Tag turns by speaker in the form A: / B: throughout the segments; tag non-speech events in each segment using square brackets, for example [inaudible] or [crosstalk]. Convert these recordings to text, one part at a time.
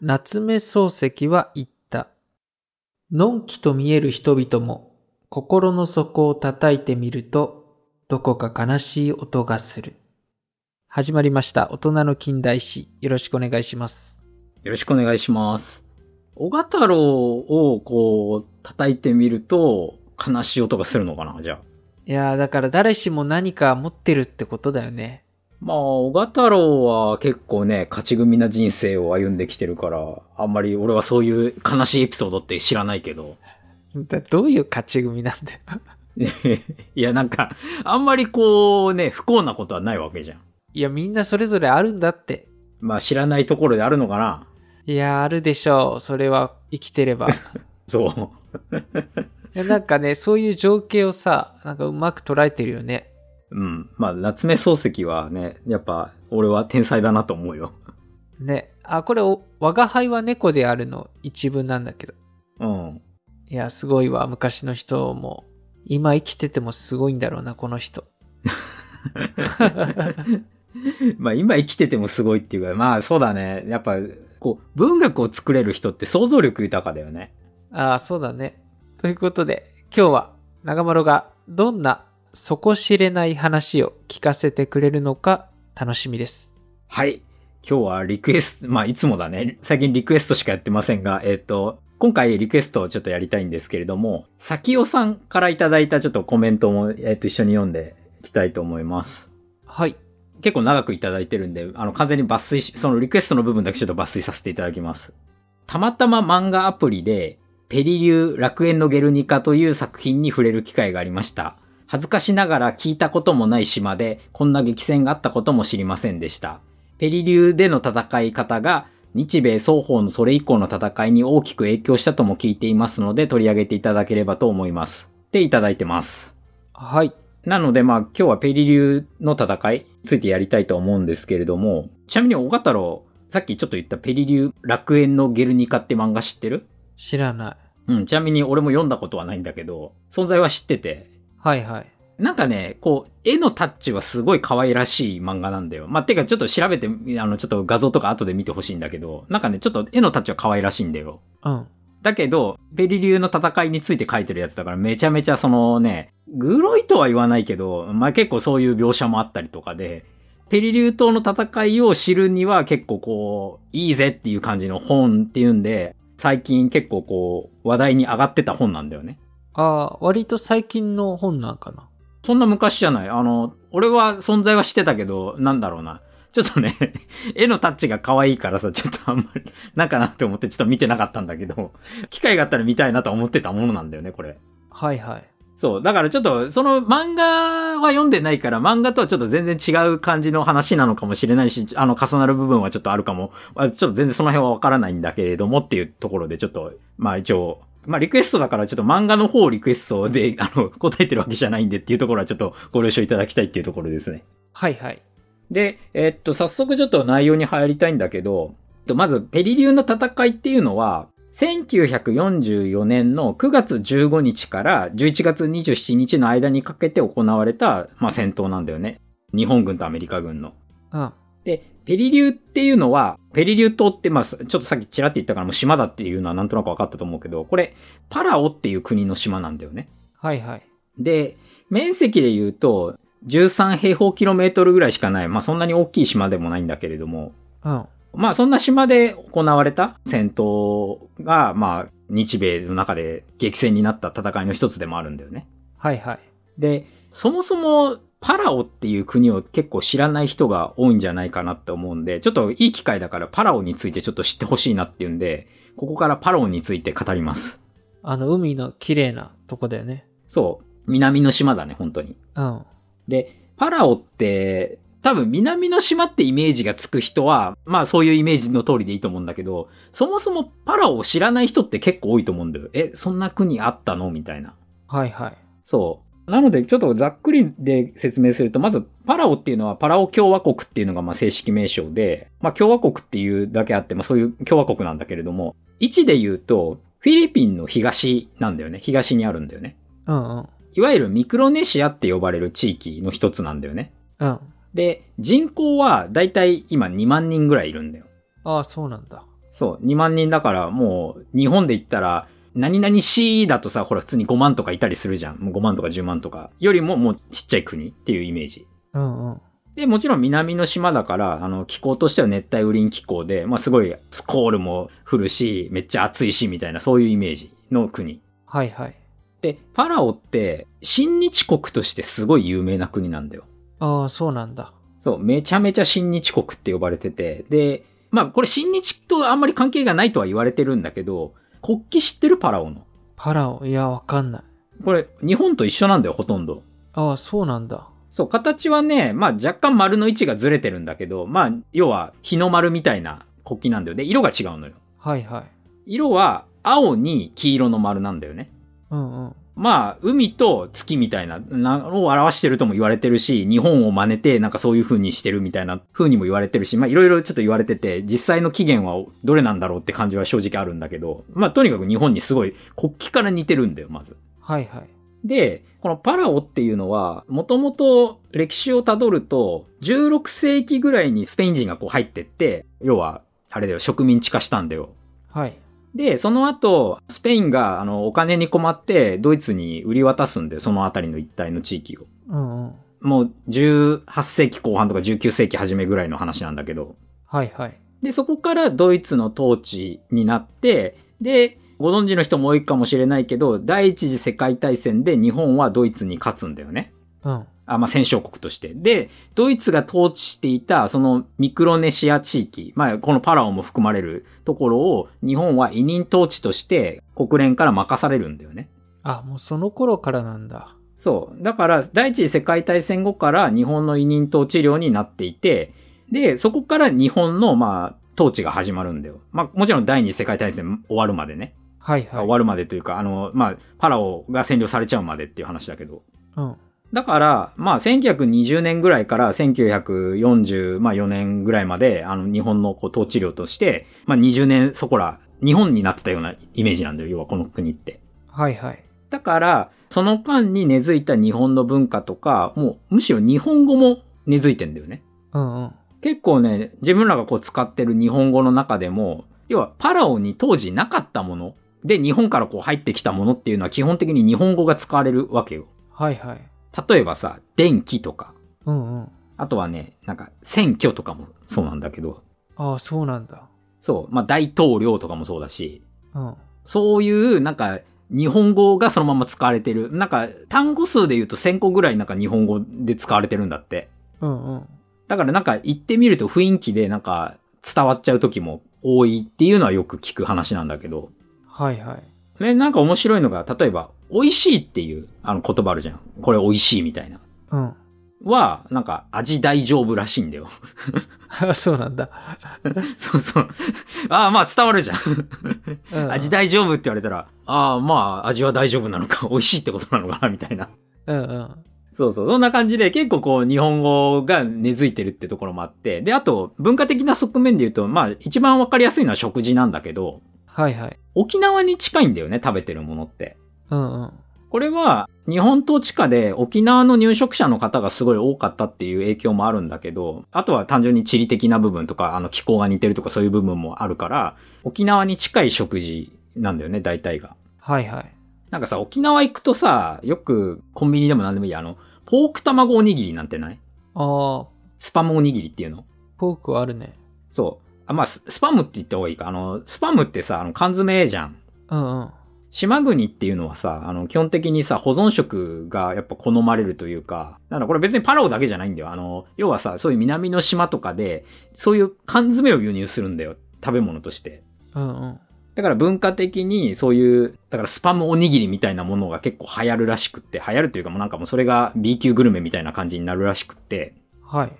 A: 夏目漱石は言った。のんきと見える人々も心の底を叩いてみると、どこか悲しい音がする。始まりました。大人の近代史。よろしくお願いします。
B: よろしくお願いします。小型郎をこう、叩いてみると、悲しい音がするのかなじゃあ。
A: いやー、だから誰しも何か持ってるってことだよね。
B: まあ、小型郎は結構ね、勝ち組な人生を歩んできてるから、あんまり俺はそういう悲しいエピソードって知らないけど。 [laughs]
A: だどういう勝ち組なんだ
B: よいや、なんか、あんまりこうね、不幸なことはないわけじゃん。
A: [laughs] いや、みんなそれぞれあるんだって。
B: まあ、知らないところであるのかない
A: や、あるでしょう。それは、生きてれば。
B: そう。
A: いや、なんかね、そういう情景をさ、なんかうまく捉えてるよね。
B: うん。まあ、夏目漱石はね、やっぱ、俺は天才だなと思うよ。
A: ね。あ、これ、我が輩は猫であるの一文なんだけど。
B: うん。
A: いや、すごいわ。昔の人も、今生きててもすごいんだろうな、この人。
B: [laughs] まあ今生きててもすごいっていうか、まあそうだね。やっぱ、こう、文学を作れる人って想像力豊かだよね。
A: ああ、そうだね。ということで、今日は長丸がどんな底知れない話を聞かせてくれるのか楽しみです。
B: はい。今日はリクエスト、まあいつもだね。最近リクエストしかやってませんが、えっ、ー、と、今回リクエストをちょっとやりたいんですけれども、さきおさんからいただいたちょっとコメントも、えっ、ー、と、一緒に読んでいきたいと思います。
A: はい。
B: 結構長くいただいてるんで、あの、完全に抜粋し、そのリクエストの部分だけちょっと抜粋させていただきます。たまたま漫画アプリで、ペリ流楽園のゲルニカという作品に触れる機会がありました。恥ずかしながら聞いたこともない島で、こんな激戦があったことも知りませんでした。ペリ流での戦い方が、日米双方のそれ以降の戦いに大きく影響したとも聞いていますので、取り上げていただければと思います。で、いただいてます。
A: はい。
B: なのでまあ今日はペリ流の戦いについてやりたいと思うんですけれども、ちなみに小型郎、さっきちょっと言ったペリ流楽園のゲルニカって漫画知ってる。
A: 知らない
B: うん、ちなみに俺も読んだことはないんだけど、存在は知ってて。
A: はいはい。
B: なんかね、こう、絵のタッチはすごい可愛らしい漫画なんだよ。まあ、てかちょっと調べて、あの、ちょっと画像とか後で見てほしいんだけど、なんかね、ちょっと絵のタッチは可愛らしいんだよ。
A: うん。
B: だけど、ペリ流の戦いについて書いてるやつだからめちゃめちゃそのね、グロいとは言わないけど、まあ、結構そういう描写もあったりとかで、ペリ流島の戦いを知るには結構こう、いいぜっていう感じの本っていうんで、最近結構こう、話題に上がってた本なんだよね。
A: ああ、割と最近の本なんかな。
B: そんな昔じゃない。あの、俺は存在はしてたけど、なんだろうな。ちょっとね、 [laughs] 絵のタッチが可愛いからさ、ちょっとあんまり、なんかなって思ってちょっと見てなかったんだけど、機会があったら見たいなと思ってたものなんだよね、これ。
A: はいはい。
B: そう。だからちょっと、その漫画は読んでないから、漫画とはちょっと全然違う感じの話なのかもしれないし、あの、重なる部分はちょっとあるかも。ちょっと全然その辺はわからないんだけれどもっていうところで、ちょっと、まあ一応、まあリクエストだからちょっと漫画の方をリクエストで、あの、答えてるわけじゃないんでっていうところはちょっとご了承いただきたいっていうところですね。
A: はいはい。
B: で、えー、っと、早速ちょっと内容に入りたいんだけど、まず、ペリ流の戦いっていうのは、1944年の9月15日から11月27日の間にかけて行われた、まあ、戦闘なんだよね。日本軍とアメリカ軍の。
A: うん。
B: で、ペリ流っていうのは、ペリ流島って、まあ、ちょっとさっきちらって言ったからもう島だっていうのはなんとなく分かったと思うけど、これ、パラオっていう国の島なんだよね。
A: はいはい。
B: で、面積で言うと、13平方キロメートルぐらいしかない、まあそんなに大きい島でもないんだけれども、
A: うん。
B: まあそんな島で行われた戦闘が、まあ日米の中で激戦になった戦いの一つでもあるんだよね。
A: はいはい。
B: で、そもそもパラオっていう国を結構知らない人が多いんじゃないかなって思うんで、ちょっといい機会だからパラオについてちょっと知ってほしいなっていうんで、ここからパラオについて語ります。
A: あの海の綺麗なとこだよね。
B: そう。南の島だね、本当に。
A: うん。
B: で、パラオって、多分南の島ってイメージがつく人は、まあそういうイメージの通りでいいと思うんだけど、そもそもパラオを知らない人って結構多いと思うんだよ。え、そんな国あったのみたいな。
A: はいはい。
B: そう。なのでちょっとざっくりで説明すると、まずパラオっていうのはパラオ共和国っていうのがまあ正式名称で、まあ共和国っていうだけあって、まあそういう共和国なんだけれども、位置で言うと、フィリピンの東なんだよね。東にあるんだよね。
A: うんうん。
B: いわゆるミクロネシアって呼ばれる地域の一つなんだよね。
A: うん。
B: で、人口はだいたい今2万人ぐらいいるんだよ。
A: ああ、そうなんだ。
B: そう、2万人だからもう日本で言ったら、何々市だとさ、ほら普通に5万とかいたりするじゃん。もう5万とか10万とか。よりももうちっちゃい国っていうイメージ。
A: うんうん。
B: で、もちろん南の島だから、あの、気候としては熱帯雨林気候で、まあすごいスコールも降るし、めっちゃ暑いし、みたいな、そういうイメージの国。
A: はいはい。
B: で、パラオって、親日国としてすごい有名な国なんだよ。
A: ああ、そうなんだ。
B: そう、めちゃめちゃ親日国って呼ばれてて、で、まあこれ親日とあんまり関係がないとは言われてるんだけど、国旗知ってるパラオの。
A: パラオ、いや、わかんない。
B: これ、日本と一緒なんだよ、ほとんど。
A: ああ、そうなんだ。
B: そう、形はね、まあ若干丸の位置がずれてるんだけど、まあ、要は日の丸みたいな国旗なんだよ。で、色が違うのよ。
A: はいはい。
B: 色は青に黄色の丸なんだよね。
A: うんうん。
B: まあ、海と月みたいななのを表してるとも言われてるし、日本を真似てなんかそういう風にしてるみたいな風にも言われてるし、まあいろいろちょっと言われてて、実際の起源はどれなんだろうって感じは正直あるんだけど、まあとにかく日本にすごい国旗から似てるんだよ、まず。
A: はいはい。
B: で、このパラオっていうのは、もともと歴史をたどると、16世紀ぐらいにスペイン人がこう入ってって、要は、あれだよ、植民地化したんだよ。
A: はい。
B: で、その後、スペインが、あの、お金に困って、ドイツに売り渡すんだよ、そのあたりの一帯の地域を。
A: うんうん。
B: もう、18世紀後半とか19世紀初めぐらいの話なんだけど。
A: はいはい。
B: で、そこからドイツの統治になって、で、ご存知の人も多いかもしれないけど、第一次世界大戦で日本はドイツに勝つんだよね。
A: うん。
B: あ、まあ、戦勝国として。で、ドイツが統治していた、そのミクロネシア地域、まあ、このパラオも含まれるところを、日本は委任統治として国連から任されるんだよね。
A: あ、もうその頃からなんだ。
B: そう。だから、第一次世界大戦後から日本の委任統治領になっていて、で、そこから日本の、まあ、統治が始まるんだよ。まあ、もちろん第二次世界大戦終わるまでね。
A: はいはい。
B: 終わるまでというか、あの、まあ、パラオが占領されちゃうまでっていう話だけど。
A: うん。
B: だから、まあ、1920年ぐらいから1944年ぐらいまで、あの、日本のこう統治領として、まあ、20年そこら、日本になってたようなイメージなんだよ、要はこの国って。
A: はいはい。
B: だから、その間に根付いた日本の文化とか、もう、むしろ日本語も根付いてんだよね。
A: うんうん。
B: 結構ね、自分らがこう使ってる日本語の中でも、要はパラオに当時なかったもの、で、日本からこう入ってきたものっていうのは基本的に日本語が使われるわけよ。
A: はいはい。
B: 例えばさ、電気とか、
A: うんうん。
B: あとはね、なんか、選挙とかもそうなんだけど、
A: ああ、そうなんだ。
B: そう、まあ大統領とかもそうだし、
A: うん。
B: そういう、なんか、日本語がそのまま使われてる。なんか、単語数で言うと1000個ぐらいなんか日本語で使われてるんだって。
A: うんうん。
B: だからなんか言ってみると雰囲気でなんか伝わっちゃう時も多いっていうのはよく聞く話なんだけど。
A: はいはい。
B: ね、なんか面白いのが、例えば、美味しいっていうあの言葉あるじゃん。これ美味しいみたいな。
A: うん。
B: は、なんか味大丈夫らしいんだよ。 [laughs]
A: あそうなん [laughs] だ。
B: そうそう。ああ、まあ伝わるじゃん。
A: うんうん
B: 味大丈夫って言われたら、ああ、まあ、味は大丈夫なのか、美 [laughs] 味しいってことなのかな、みたいな。
A: うんうん。
B: そうそう、そんな感じで結構こう、日本語が根付いてるってところもあって、で、あと、文化的な側面で言うと、まあ、一番わかりやすいのは食事なんだけど、
A: はいはい。
B: 沖縄に近いんだよね、食べてるものって。
A: うんうん。
B: これは、日本統治下で沖縄の入植者の方がすごい多かったっていう影響もあるんだけど、あとは単純に地理的な部分とか、あの気候が似てるとかそういう部分もあるから、沖縄に近い食事なんだよね、大体が。
A: はいはい。
B: なんかさ、沖縄行くとさ、よくコンビニでも何でもいいや、あの、ポーク卵おにぎりなんてない
A: ああ、
B: スパムおにぎりっていうの
A: ポークはあるね。
B: そう。あ、まあス、スパムって言った方がいいか。あの、スパムってさ、あの、缶詰じゃん。
A: うんうん。
B: 島国っていうのはさ、あの、基本的にさ、保存食がやっぱ好まれるというか、だからこれ別にパラオだけじゃないんだよ。あの、要はさ、そういう南の島とかで、そういう缶詰を輸入するんだよ。食べ物として。
A: うんうん。
B: だから文化的にそういう、だからスパムおにぎりみたいなものが結構流行るらしくって、流行るというかもうなんかもうそれが B 級グルメみたいな感じになるらしくって、
A: はい。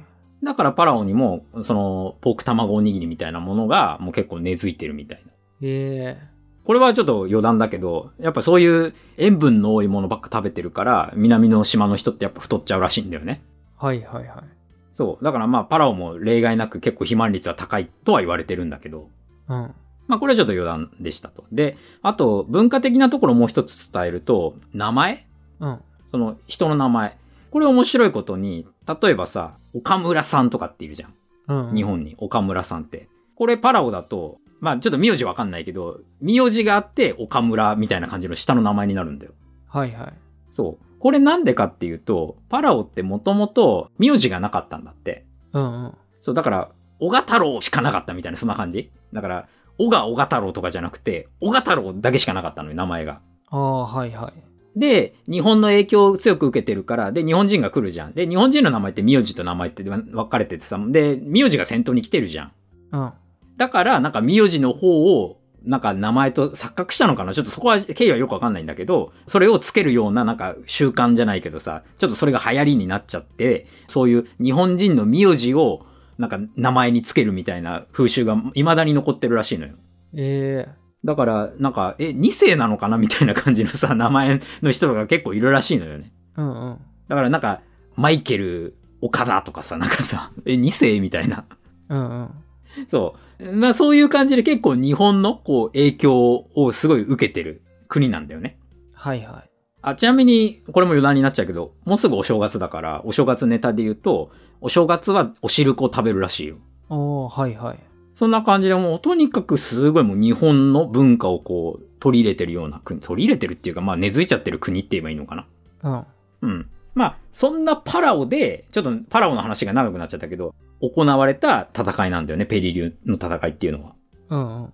B: だからパラオにも、その、ポーク卵おにぎりみたいなものがもう結構根付いてるみたいな。
A: ええ
B: これはちょっと余談だけど、やっぱそういう塩分の多いものばっか食べてるから、南の島の人ってやっぱ太っちゃうらしいんだよね。
A: はいはいはい。
B: そう。だからまあパラオも例外なく結構肥満率は高いとは言われてるんだけど、
A: うん。
B: まあこれはちょっと余談でしたと。で、あと文化的なところもう一つ伝えると、名前
A: うん。
B: その人の名前。これ面白いことに、例えばさ、岡村さんとかっているじゃん。
A: うん。
B: 日。本に岡村さんって。これパラオだと、まあちょっと名字わかんないけど、名字があって岡村みたいな感じの下の名前になるんだよ。
A: はいはい。
B: そう。これなんでかっていうと、パラオってもともと名字がなかったんだって。
A: うんうん。
B: そう、だから、小賀太郎しかなかったみたいな、そんな感じ。だから、小賀小賀太郎とかじゃなくて、小賀太郎だけしかなかったのよ、名前が。
A: ああ、はいはい。
B: で、日本の影響を強く受けてるから、で、日本人が来るじゃん。で、日本人の名前って名字と名前って分かれててさ、で、名字が先頭に来てるじゃん。
A: うん。
B: だから、なんか名字の方を、なんか名前と錯覚したのかなちょっとそこは経緯はよくわかんないんだけど、それをつけるようななんか習慣じゃないけどさ、ちょっとそれが流行りになっちゃって、そういう日本人の名字をなんか名前につけるみたいな風習が未だに残ってるらしいのよ。
A: ええ
B: だから、なんか、え、二世なのかなみたいな感じのさ、 [laughs] 名前の人が結構いるらしいのよね。
A: うんうん。
B: だからなんか、マイケル、岡田とかさ、なんかさ、え、二世みたいな。
A: うんうん。
B: そう。まあそういう感じで結構日本のこう影響をすごい受けてる国なんだよね。
A: はいはい。
B: あ、ちなみに、これも余談になっちゃうけど、もうすぐお正月だから、お正月ネタで言うと、お正月はお汁粉を食べるらしいよ。
A: ああ、はいはい。
B: そんな感じでもう、とにかくすごいもう日本の文化をこう、取り入れてるような国、取り入れてるっていうか、まあ根付いちゃってる国って言えばいいのかな。
A: うん。
B: うん。まあ、そんなパラオで、ちょっとパラオの話が長くなっちゃったけど、行われた戦いなんだよね、ペリリューの戦いっていうのは。
A: うんうん。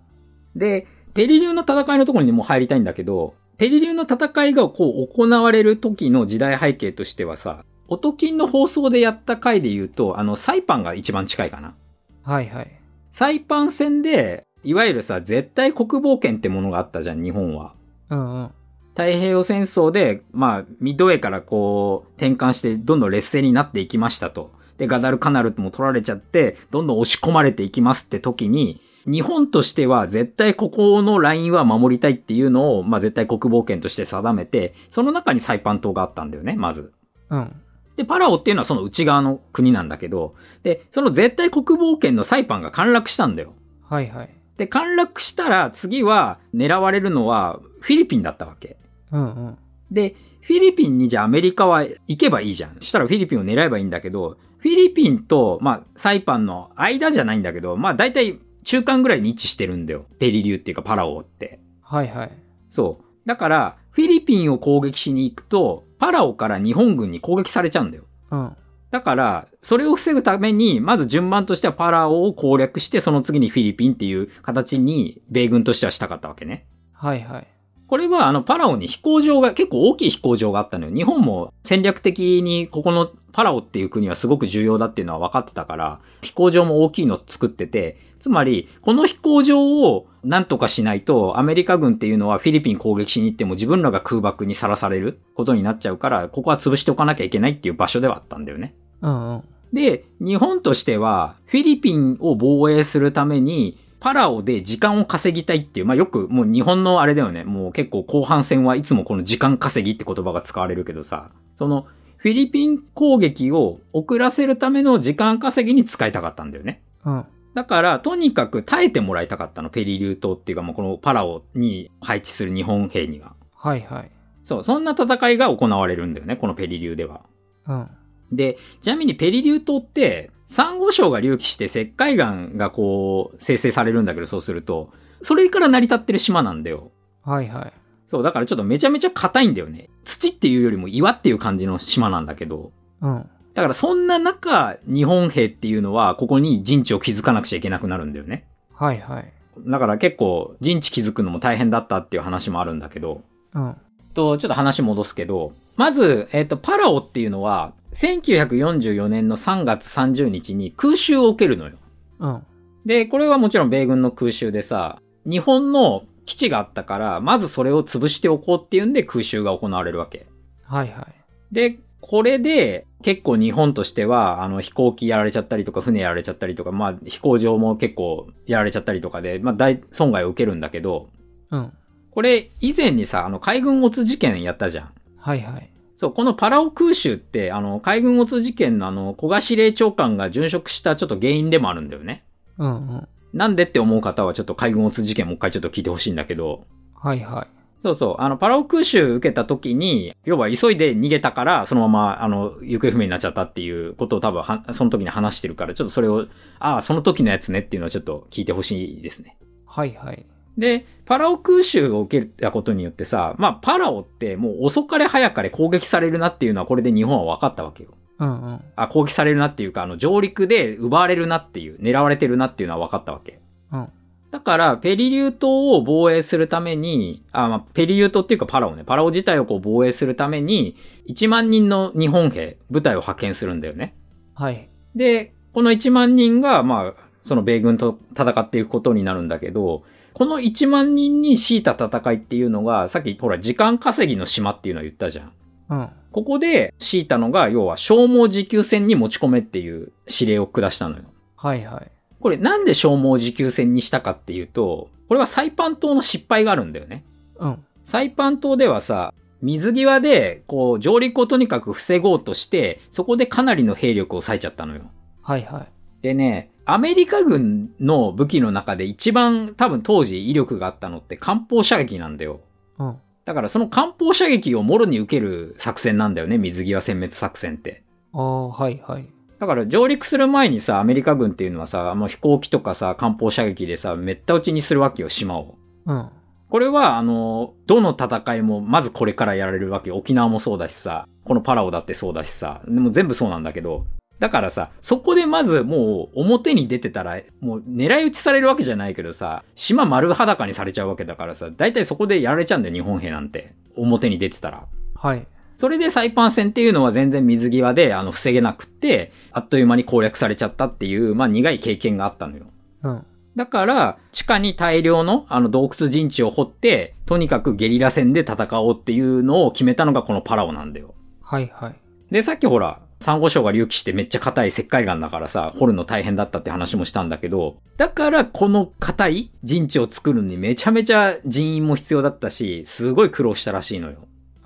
B: で、ペリリューの戦いのところにもう入りたいんだけど、ペリリューの戦いがこう行われる時の時代背景としてはさ、オトキンの放送でやった回で言うと、あの、サイパンが一番近いかな。
A: はいはい。
B: サイパン戦で、いわゆるさ、絶対国防圏ってものがあったじゃん、日本は。
A: うんうん。
B: 太平洋戦争で、まあ、ミッドウェーからこう、転換して、どんどん劣勢になっていきましたと。で、ガダルカナルも取られちゃって、どんどん押し込まれていきますって時に、日本としては絶対ここのラインは守りたいっていうのを、まあ絶対国防圏として定めて、その中にサイパン島があったんだよね、まず。
A: うん。
B: で、パラオっていうのはその内側の国なんだけど、で、その絶対国防圏のサイパンが陥落したんだよ。
A: はいはい。
B: で、陥落したら次は狙われるのはフィリピンだったわけ。
A: うんうん。
B: で、フィリピンにじゃあアメリカは行けばいいじゃん。したらフィリピンを狙えばいいんだけど、フィリピンと、まあ、サイパンの間じゃないんだけど、まあ、大体中間ぐらいに位置してるんだよ。ペリリューっていうかパラオって。
A: はいはい。
B: そう。だから、フィリピンを攻撃しに行くと、パラオから日本軍に攻撃されちゃうんだよ。
A: うん。
B: だから、それを防ぐために、まず順番としてはパラオを攻略して、その次にフィリピンっていう形に、米軍としてはしたかったわけね。
A: はいはい。
B: これはあのパラオに飛行場が、結構大きい飛行場があったのよ。日本も戦略的にここのパラオっていう国はすごく重要だっていうのは分かってたから、飛行場も大きいの作ってて、つまり、この飛行場をなんとかしないと、アメリカ軍っていうのはフィリピン攻撃しに行っても自分らが空爆にさらされることになっちゃうから、ここは潰しておかなきゃいけないっていう場所ではあったんだよね。
A: うんうん。
B: で、日本としては、フィリピンを防衛するために、パラオで時間を稼ぎたいっていう、まあ、よく、もう日本のあれだよね、もう結構後半戦はいつもこの時間稼ぎって言葉が使われるけどさ、その、フィリピン攻撃を遅らせるための時間稼ぎに使いたかったんだよね。
A: うん。
B: だから、とにかく耐えてもらいたかったの、ペリリュー島っていうか、もうこのパラオに配置する日本兵には。
A: はいはい。
B: そう、そんな戦いが行われるんだよね、このペリリューでは。
A: うん。
B: で、ちなみにペリリュー島って、サンゴ礁が隆起して石灰岩がこう、生成されるんだけど、そうすると、それから成り立ってる島なんだよ。
A: はいはい。
B: そう、だからちょっとめちゃめちゃ硬いんだよね。土っていうよりも岩っていう感じの島なんだけど。
A: うん。
B: だからそんな中、日本兵っていうのは、ここに陣地を築かなくちゃいけなくなるんだよね。
A: はいはい。
B: だから結構、陣地築くのも大変だったっていう話もあるんだけど。
A: うん。
B: と、ちょっと話戻すけど、まず、えっ、と、パラオっていうのは、1944年の3月30日に空襲を受けるのよ。
A: うん。
B: で、これはもちろん米軍の空襲でさ、日本の基地があったから、まずそれを潰しておこうっていうんで空襲が行われるわけ。
A: はいはい。
B: で、これで、結構日本としては、あの、飛行機やられちゃったりとか、船やられちゃったりとか、まあ、飛行場も結構やられちゃったりとかで、まあ、大損害を受けるんだけど、
A: うん。
B: これ、以前にさ、あの、海軍オツ事件やったじゃん。
A: はいはい。
B: そう、このパラオ空襲って、あの、海軍オツ事件のあの、古賀司令長官が殉職したちょっと原因でもあるんだよね。
A: うんうん。
B: なんでって思う方はちょっと海軍オツ事件もう一回ちょっと聞いてほしいんだけど、
A: はいはい。
B: そうそう、あの、パラオ空襲受けた時に、要は急いで逃げたから、そのまま、あの、行方不明になっちゃったっていうことを多分は、その時に話してるから、ちょっとそれを、ああ、その時のやつねっていうのはちょっと聞いてほしいですね。
A: はいはい。
B: で、パラオ空襲を受けたことによってさ、まあ、パラオってもう遅かれ早かれ攻撃されるなっていうのはこれで日本は分かったわけよ。
A: うんうん。
B: あ、攻撃されるなっていうか、あの、上陸で奪われるなっていう、狙われてるなっていうのは分かったわけ。
A: うん
B: だから、ペリリュー島を防衛するために、あ、まあ、ペリリュー島っていうかパラオね、パラオ自体をこう防衛するために、1万人の日本兵、部隊を派遣するんだよね。
A: はい。
B: で、この1万人が、まあ、その米軍と戦っていくことになるんだけど、この1万人に強いた戦いっていうのが、さっきほら、時間稼ぎの島っていうのを言ったじゃん。
A: うん。
B: ここで強いたのが、要は消耗持久戦に持ち込めっていう指令を下したのよ。
A: はいはい。
B: これなんで消耗持久戦にしたかっていうと、これはサイパン島の失敗があるんだよね。
A: うん。
B: サイパン島ではさ、水際で、こう、上陸をとにかく防ごうとして、そこでかなりの兵力を割いちゃったのよ。
A: はいはい。
B: でね、アメリカ軍の武器の中で一番多分当時威力があったのって艦砲射撃なんだよ。
A: うん。
B: だからその艦砲射撃をもろに受ける作戦なんだよね、水際殲滅作戦って。
A: ああ、はいはい。
B: だから上陸する前にさ、アメリカ軍っていうのはさ、もう飛行機とかさ、艦砲射撃でさ、めった打ちにするわけよ、島を。
A: うん。
B: これは、あの、どの戦いもまずこれからやられるわけよ。沖縄もそうだしさ、このパラオだってそうだしさ、でも全部そうなんだけど、だからさ、そこでまずもう表に出てたら、もう狙い撃ちされるわけじゃないけどさ、島丸裸にされちゃうわけだからさ、大体そこでやられちゃうんだよ、日本兵なんて。表に出てたら。
A: はい。
B: それでサイパン戦っていうのは全然水際で、あの、防げなくって、あっという間に攻略されちゃったっていう、まあ苦い経験があったのよ。
A: うん。
B: だから、地下に大量のあの洞窟陣地を掘って、とにかくゲリラ戦で戦おうっていうのを決めたのがこのパラオなんだよ。
A: はいはい。
B: で、さっきほら、サンゴ礁が隆起してめっちゃ硬い石灰岩だからさ、掘るの大変だったって話もしたんだけど、だからこの硬い陣地を作るのにめちゃめちゃ人員も必要だったし、すごい苦労したらしいのよ。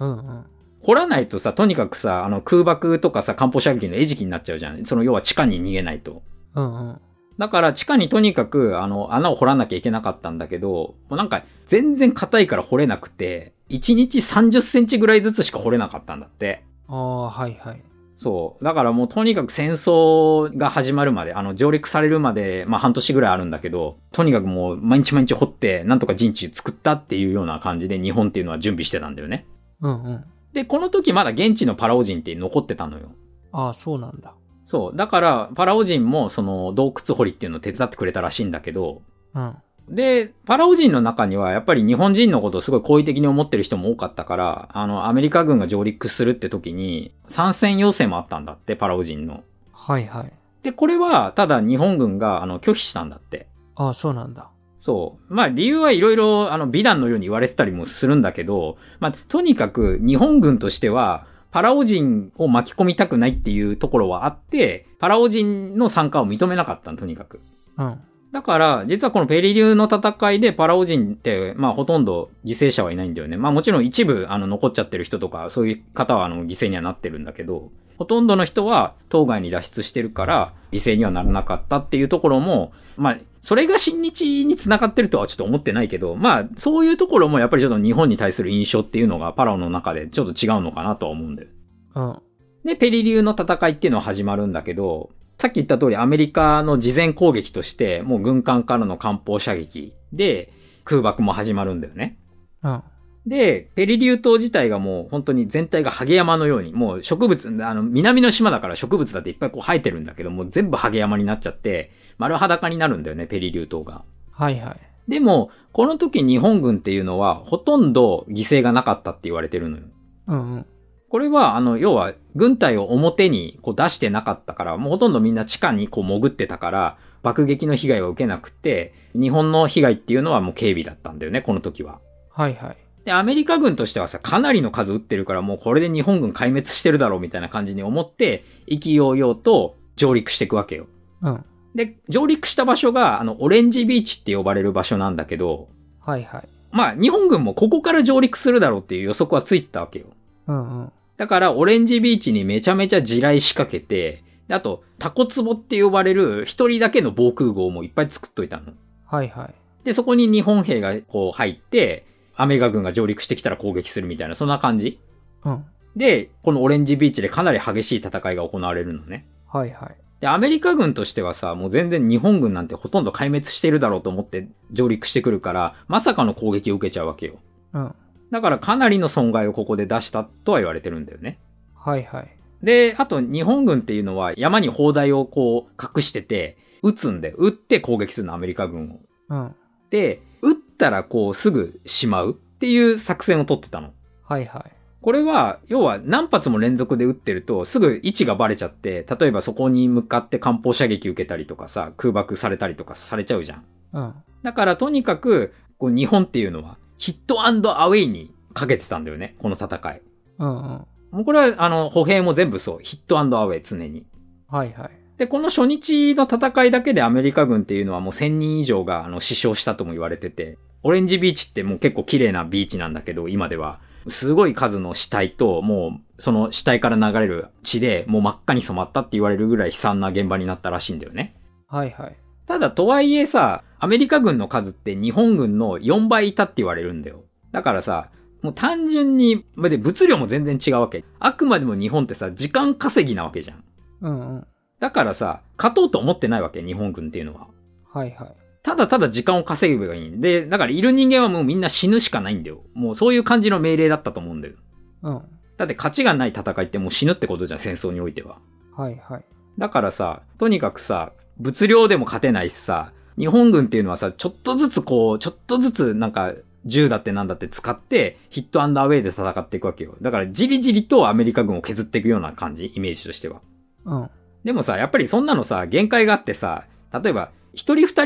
A: うんうん。
B: 掘らないとさ、とにかくさ、あの空爆とかさ、艦砲射撃の餌食になっちゃうじゃん。その要は地下に逃げないと。
A: うんうん。
B: だから地下にとにかくあの穴を掘らなきゃいけなかったんだけど、もうなんか全然硬いから掘れなくて、1日30センチぐらいずつしか掘れなかったんだって。
A: ああ、はいはい。
B: そう。だからもうとにかく戦争が始まるまで、あの上陸されるまで、まあ半年ぐらいあるんだけど、とにかくもう毎日毎日掘って、なんとか陣地作ったっていうような感じで日本っていうのは準備してたんだよね。
A: うんうん。
B: で、この時まだ現地のパラオ人って残ってたのよ。
A: ああ、そうなんだ。
B: そう。だから、パラオ人もその洞窟掘りっていうのを手伝ってくれたらしいんだけど、
A: うん。
B: で、パラオ人の中にはやっぱり日本人のことをすごい好意的に思ってる人も多かったから、あの、アメリカ軍が上陸するって時に参戦要請もあったんだって、パラオ人の。
A: はいはい。
B: で、これはただ日本軍があの拒否したんだって。
A: ああ、そうなんだ。
B: そう。まあ理由はいろいろあの美談のように言われてたりもするんだけど、まあとにかく日本軍としてはパラオ人を巻き込みたくないっていうところはあって、パラオ人の参加を認めなかったの、とにかく。
A: うん。
B: だから、実はこのペリリューの戦いでパラオ人って、まあほとんど犠牲者はいないんだよね。まあもちろん一部、あの、残っちゃってる人とか、そういう方は、あの、犠牲にはなってるんだけど、ほとんどの人は当該に脱出してるから、犠牲にはならなかったっていうところも、まあ、それが親日につながってるとはちょっと思ってないけど、まあ、そういうところもやっぱりちょっと日本に対する印象っていうのがパラオの中でちょっと違うのかなとは思うんだよね
A: うん。
B: で、ペリリューの戦いっていうのは始まるんだけど、さっき言った通りアメリカの事前攻撃として、もう軍艦からの艦砲射撃で空爆も始まるんだよね。
A: うん。
B: で、ペリリュー島自体がもう本当に全体がハゲ山のように、もう植物、あの、南の島だから植物だっていっぱいこう生えてるんだけど、もう全部ハゲ山になっちゃって、丸裸になるんだよね、ペリリュー島が。
A: はいはい。
B: でも、この時日本軍っていうのは、ほとんど犠牲がなかったって言われてるのよ。
A: うんうん。
B: これは、あの、要は、軍隊を表にこう出してなかったから、もうほとんどみんな地下にこう潜ってたから、爆撃の被害は受けなくて、日本の被害っていうのはもう警備だったんだよね、この時は。
A: はいはい。
B: で、アメリカ軍としてはさ、かなりの数撃ってるから、もうこれで日本軍壊滅してるだろうみたいな感じに思って、意気揚々と上陸していくわけよ。
A: うん。
B: で、上陸した場所が、あの、オレンジビーチって呼ばれる場所なんだけど、
A: はいはい。
B: まあ、日本軍もここから上陸するだろうっていう予測はついてたわけよ。
A: うんうん。
B: だから、オレンジビーチにめちゃめちゃ地雷仕掛けて、であと、タコツボって呼ばれる一人だけの防空壕もいっぱい作っといたの。
A: はいはい。
B: で、そこに日本兵がこう入って、アメリカ軍が上陸してきたら攻撃するみたいな、そんな感じ。
A: うん。
B: で、このオレンジビーチでかなり激しい戦いが行われるのね。
A: はいはい。
B: で、アメリカ軍としてはさ、もう全然日本軍なんてほとんど壊滅してるだろうと思って上陸してくるから、まさかの攻撃を受けちゃうわけよ。
A: うん。
B: だからかなりの損害をここで出したとは言われてるんだよね。
A: はいはい。
B: で、あと日本軍っていうのは山に砲台をこう隠してて、撃つんで、撃って攻撃するの、アメリカ軍を。
A: うん。
B: で、撃ったらこうすぐしまうっていう作戦を取ってたの。
A: はいはい。
B: これは、要は何発も連続で撃ってると、すぐ位置がバレちゃって、例えばそこに向かって艦砲射撃受けたりとかさ、空爆されたりとかされちゃうじゃん。
A: うん。
B: だからとにかく、こう日本っていうのは、ヒットアウェイにかけてたんだよね、この戦い。
A: うんうん。
B: もうこれは、あの、歩兵も全部そう、ヒットアウェイ常に。
A: はいはい。
B: で、この初日の戦いだけでアメリカ軍っていうのはもう1000人以上があの死傷したとも言われてて、オレンジビーチってもう結構綺麗なビーチなんだけど、今では。すごい数の死体と、もうその死体から流れる血でもう真っ赤に染まったって言われるぐらい悲惨な現場になったらしいんだよね。
A: はいはい。
B: ただとはいえさ、アメリカ軍の数って日本軍の4倍いたって言われるんだよ。だからさ、もう単純に、まで物量も全然違うわけ。あくまでも日本ってさ、時間稼ぎなわけじゃん。
A: うんうん。
B: だからさ、勝とうと思ってないわけ、日本軍っていうのは。
A: はいはい。
B: ただただ時間を稼げばいいんで、だからいる人間はもうみんな死ぬしかないんだよ。もうそういう感じの命令だったと思うんだよ。
A: うん。
B: だって勝ちがない戦いってもう死ぬってことじゃん、戦争においては。
A: はいはい。
B: だからさ、とにかくさ、物量でも勝てないしさ、日本軍っていうのはさ、ちょっとずつこう、ちょっとずつなんか、銃だってなんだって使って、ヒットアンダーウェイで戦っていくわけよ。だから、じりじりとアメリカ軍を削っていくような感じ、イメージとしては。
A: うん。
B: でもさ、やっぱりそんなのさ、限界があってさ、例えば、一人二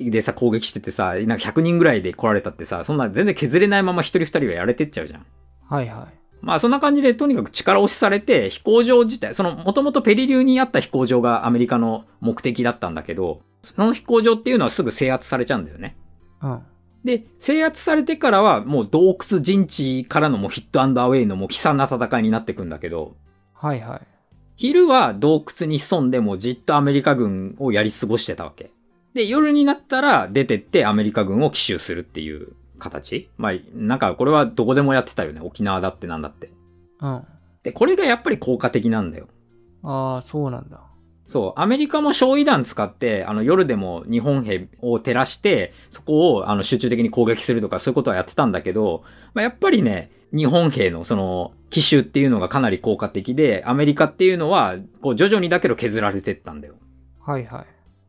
B: 人でさ、攻撃しててさ、なんか100人ぐらいで来られたってさ、そんな全然削れないまま一人二人はやれてっちゃうじゃん。
A: はいはい。
B: まあそんな感じでとにかく力押しされて飛行場自体、そのもともとペリリューにあった飛行場がアメリカの目的だったんだけど、その飛行場っていうのはすぐ制圧されちゃうんだよね。
A: うん。
B: で、制圧されてからはもう洞窟陣地からのもうヒットアンドアウェイのもう悲惨な戦いになってくんだけど、
A: はいはい。
B: 昼は洞窟に潜んでもうじっとアメリカ軍をやり過ごしてたわけ。で、夜になったら出てってアメリカ軍を奇襲するっていう形まあ、なんかこれはどこでもやってたよね。沖縄だってなんだって。
A: うん。あ
B: で、これがやっぱり効果的なんだよ。
A: あー、そうなんだ。
B: そう、アメリカも焼夷弾使って、あの夜でも日本兵を照らして、そこをあの集中的に攻撃するとかそういうことはやってたんだけど、まあ、やっぱりね、日本兵のその奇襲っていうのがかなり効果的で、アメリカっていうのはこう徐々にだけど削られてったんだよ。
A: はいは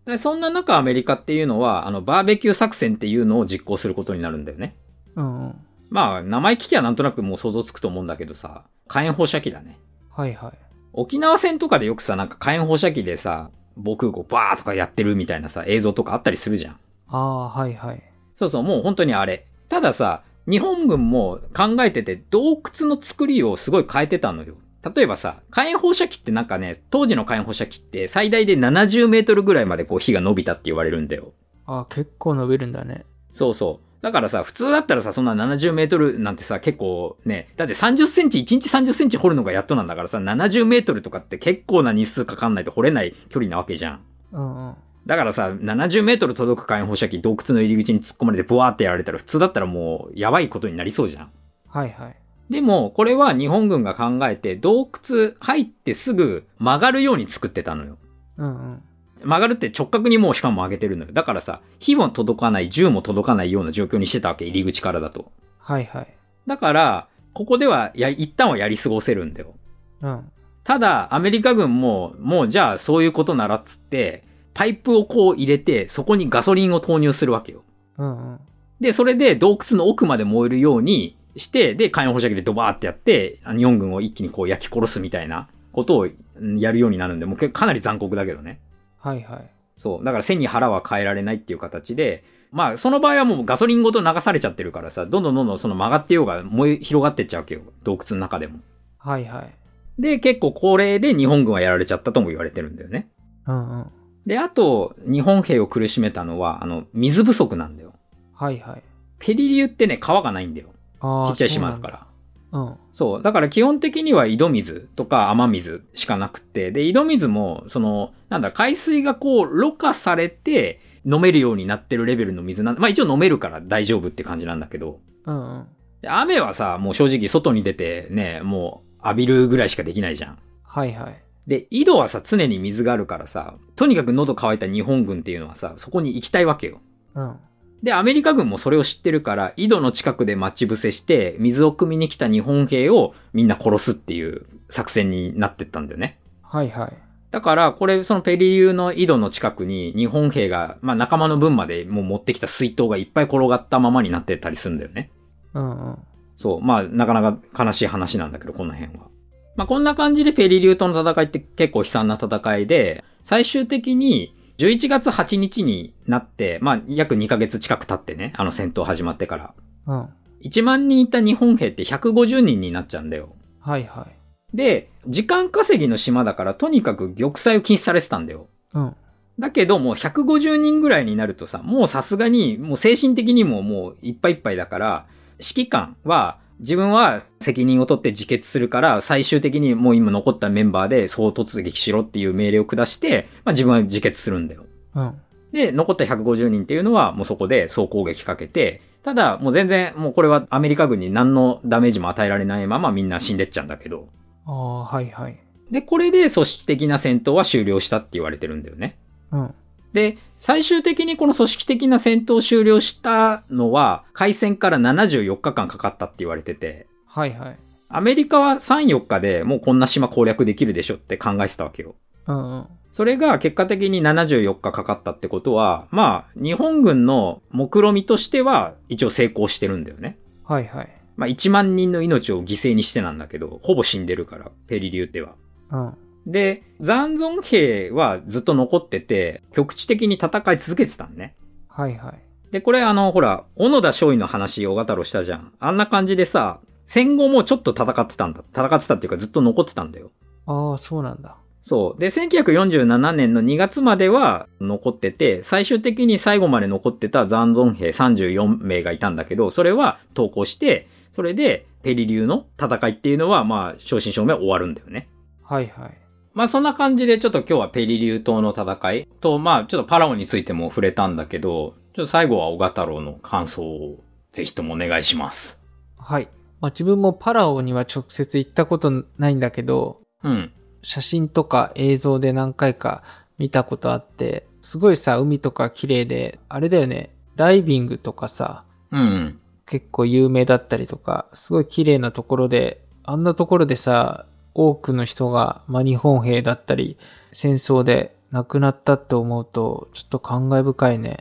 A: い。
B: でそんな中アメリカっていうのは、あのバーベキュー作戦っていうのを実行することになるんだよね。
A: うんうん。
B: まあ、名前聞きゃなんとなくもう想像つくと思うんだけどさ、火炎放射器だね。
A: はいはい。
B: 沖縄戦とかでよくさ、なんか火炎放射器でさ、防空壕バーとかやってるみたいなさ、映像とかあったりするじゃん。
A: ああ、はいはい。
B: そうそう、もう本当にあれ。たださ、日本軍も考えてて洞窟の作りをすごい変えてたのよ。例えばさ、火炎放射器ってなんかね、当時の火炎放射器って最大で70メートルぐらいまでこう火が伸びたって言われるんだよ。
A: ああ、結構伸びるんだね。
B: そうそう。だからさ、普通だったらさ、そんな70メートルなんてさ、結構ね、だって30センチ、1日30センチ掘るのがやっとなんだからさ、70メートルとかって結構な日数かかんないと掘れない距離なわけじゃん。
A: うんうん。
B: だからさ、70メートル届く火炎放射器、洞窟の入り口に突っ込まれてブワーってやられたら、普通だったらもう、やばいことになりそうじゃん。
A: はいはい。
B: でも、これは日本軍が考えて、洞窟入ってすぐ曲がるように作ってたのよ。
A: うんうん。
B: 曲がるって直角にもうしかも上げてるのよ。だからさ、火も届かない、銃も届かないような状況にしてたわけ、入り口からだと。
A: はいはい。
B: だから、ここではや、一旦はやり過ごせるんだよ。
A: うん。
B: ただ、アメリカ軍も、もうじゃあそういうことならっつって、パイプをこう入れて、そこにガソリンを投入するわけよ。
A: うんうん。
B: で、それで洞窟の奥まで燃えるようにして、で、火炎放射器でドバーってやって、日本軍を一気にこう焼き殺すみたいなことをうんやるようになるんで、もうけかなり残酷だけどね。
A: はいはい。
B: そう。だから背に腹は変えられないっていう形で、まあ、その場合はもうガソリンごと流されちゃってるからさ、どんどんどんどんその曲がってようが燃え広がってっちゃうわけよ。洞窟の中でも。
A: はいはい。
B: で、結構高齢で日本軍はやられちゃったとも言われてるんだよね。
A: うんうん。
B: で、あと、日本兵を苦しめたのは、あの、水不足なんだよ。
A: はいはい。
B: ペリリューってね、川がないんだよ。
A: ああ。
B: ちっちゃい島だから。
A: そうなんだ。
B: そう。だから基本的には井戸水とか雨水しかなくて、で、井戸水も、その、なんだ、海水がこう、ろ過されて、飲めるようになってるレベルの水なんまあ一応飲めるから大丈夫って感じなんだけど、
A: うん。うんうん。
B: で雨はさ、もう正直外に出てね、もう浴びるぐらいしかできないじゃん。
A: はいはい。
B: で、井戸はさ、常に水があるからさ、とにかく喉乾いた日本軍っていうのはさ、そこに行きたいわけよ。
A: うん。
B: で、アメリカ軍もそれを知ってるから、井戸の近くで待ち伏せして、水を汲みに来た日本兵をみんな殺すっていう作戦になってったんだよね。
A: はいはい。
B: だから、これ、そのペリリューの井戸の近くに日本兵が、まあ仲間の分までもう持ってきた水筒がいっぱい転がったままになってたりするんだよね。
A: うんうん。
B: そう。まあ、なかなか悲しい話なんだけど、この辺は。まあ、こんな感じでペリリューとの戦いって結構悲惨な戦いで、最終的に11月8日になって、まあ、約2ヶ月近く経ってね、あの戦闘始まってから。
A: うん。
B: 1万人いた日本兵って150人になっちゃうんだよ。
A: はいはい。
B: で、時間稼ぎの島だから、とにかく玉砕を禁止されてたんだよ。
A: うん。
B: だけど、もう150人ぐらいになるとさ、もうさすがに、もう精神的にももういっぱいいっぱいだから、指揮官は、自分は責任を取って自決するから、最終的にもう今残ったメンバーで総突撃しろっていう命令を下して、まあ自分は自決するんだよ。
A: うん。
B: で、残った150人っていうのはもうそこで総攻撃かけて、ただもう全然もうこれはアメリカ軍に何のダメージも与えられないままみんな死んでっちゃうんだけど。
A: ああ、はいはい。
B: で、これで組織的な戦闘は終了したって言われてるんだよね。
A: うん。
B: で、最終的にこの組織的な戦闘を終了したのは、開戦から74日間かかったって言われてて、
A: はいはい。
B: アメリカは3、4日でもうこんな島攻略できるでしょって考えてたわけよ。
A: うんうん。
B: それが結果的に74日かかったってことは、まあ、日本軍の目論見としては一応成功してるんだよね。
A: はいはい。
B: まあ、1万人の命を犠牲にしてなんだけど、ほぼ死んでるから、ペリリューでは。
A: うん。
B: で、残存兵はずっと残ってて、局地的に戦い続けてたんね。
A: はいはい。
B: で、これあの、ほら、小野田勝尉の話、小太郎したじゃん。あんな感じでさ、戦後もちょっと戦ってたんだ。戦ってたっていうかずっと残ってたんだよ。
A: ああ、そうなんだ。
B: そう。で、1947年の2月までは残ってて、最終的に最後まで残ってた残存兵34名がいたんだけど、それは投降して、それでペリリューの戦いっていうのは、まあ、正真正銘終わるんだよね。
A: はいはい。
B: まあそんな感じでちょっと今日はペリリュー島の戦いと、まあちょっとパラオについても触れたんだけど、ちょっと最後は小賀太郎の感想をぜひともお願いします。
A: はい。まあ、自分もパラオには直接行ったことないんだけど、
B: うん。
A: 写真とか映像で何回か見たことあって、すごいさ、海とか綺麗で、あれだよね、ダイビングとかさ、
B: うん、うん。
A: 結構有名だったりとか、すごい綺麗なところで、あんなところでさ、多くの人が、まあ、日本兵だったり、戦争で亡くなったって思うと、ちょっと感慨深いね。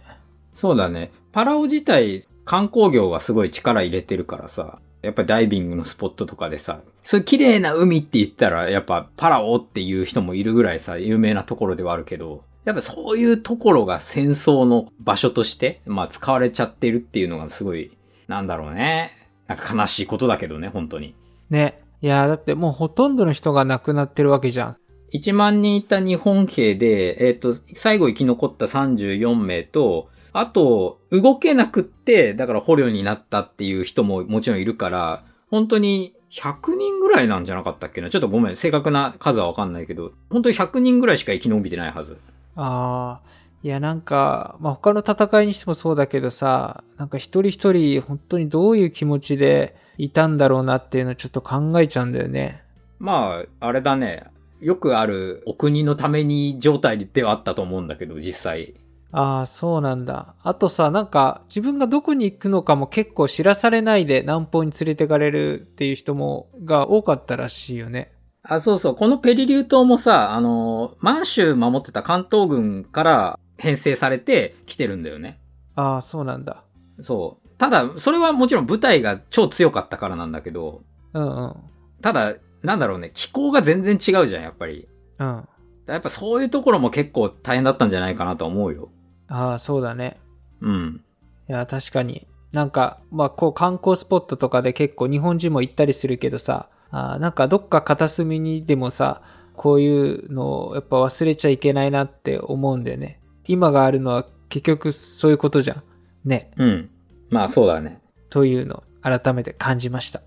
B: そうだね。パラオ自体観光業がすごい力入れてるからさ、やっぱりダイビングのスポットとかでさ、そういう綺麗な海って言ったらやっぱパラオっていう人もいるぐらいさ、有名なところではあるけど、やっぱそういうところが戦争の場所として、まあ使われちゃってるっていうのがすごい、なんだろうね。なんか悲しいことだけどね、本当に。
A: ね。いやー、だってもうほとんどの人が亡くなってるわけじゃん。
B: 1万人いた日本兵で、えっ、と、最後生き残った34名と、あと、動けなくって、だから捕虜になったっていう人ももちろんいるから、本当に100人ぐらいなんじゃなかったっけなちょっとごめん、正確な数はわかんないけど、本当に100人ぐらいしか生き延びてないはず。
A: ああ、いやなんか、まあ、他の戦いにしてもそうだけどさ、なんか一人一人本当にどういう気持ちでいたんだろうなっていうのをちょっと考えちゃうんだよね。
B: まあ、あれだね。よくあるお国のために状態ではあったと思うんだけど、実際。
A: ああ、そうなんだ。あとさ、なんか自分がどこに行くのかも結構知らされないで南方に連れてかれるっていう人も、が多かったらしいよね。
B: あ、そうそう。このペリリュー島もさ、あの、満州守ってた関東軍から編成されて来てるんだよね。
A: ああ、そうなんだ。
B: そう。ただ、それはもちろん部隊が超強かったからなんだけど、
A: うんうん。
B: ただ、なんだろうね、気候が全然違うじゃん、やっぱり。
A: うん。あ
B: やっぱそういうところも結構大変だったんじゃないかなと思うよ。
A: あ、そうだね。
B: うん。
A: いや、確かに。なんか、まあ、こう観光スポットとかで結構日本人も行ったりするけどさ、あーなんかどっか片隅にでもさ、こういうのをやっぱ忘れちゃいけないなって思うんだよね。今があるのは結局そういうことじゃん。ね。
B: うん。まあそうだね。
A: というのを改めて感じました。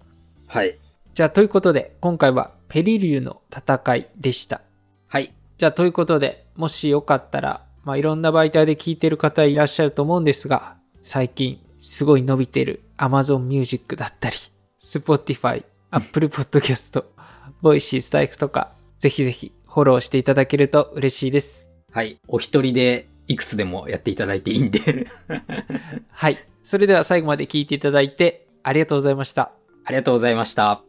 B: はい。
A: じゃあ、ということで、今回はペリリューの戦いでした。
B: はい。
A: じゃあ、ということで、もしよかったら、まあ、いろんな媒体で聞いてる方いらっしゃると思うんですが、最近、すごい伸びてる Amazon Music だったり、Spotify、Apple Podcast、Voicy、スタイフとか、ぜひぜひフフォローしていただけると嬉しいです。
B: はい。お一人でいくつでもやっていただいていいんで。 [laughs]
A: はい。それでは最後まで聞いていただいてありがとうございました。
B: ありがとうございました。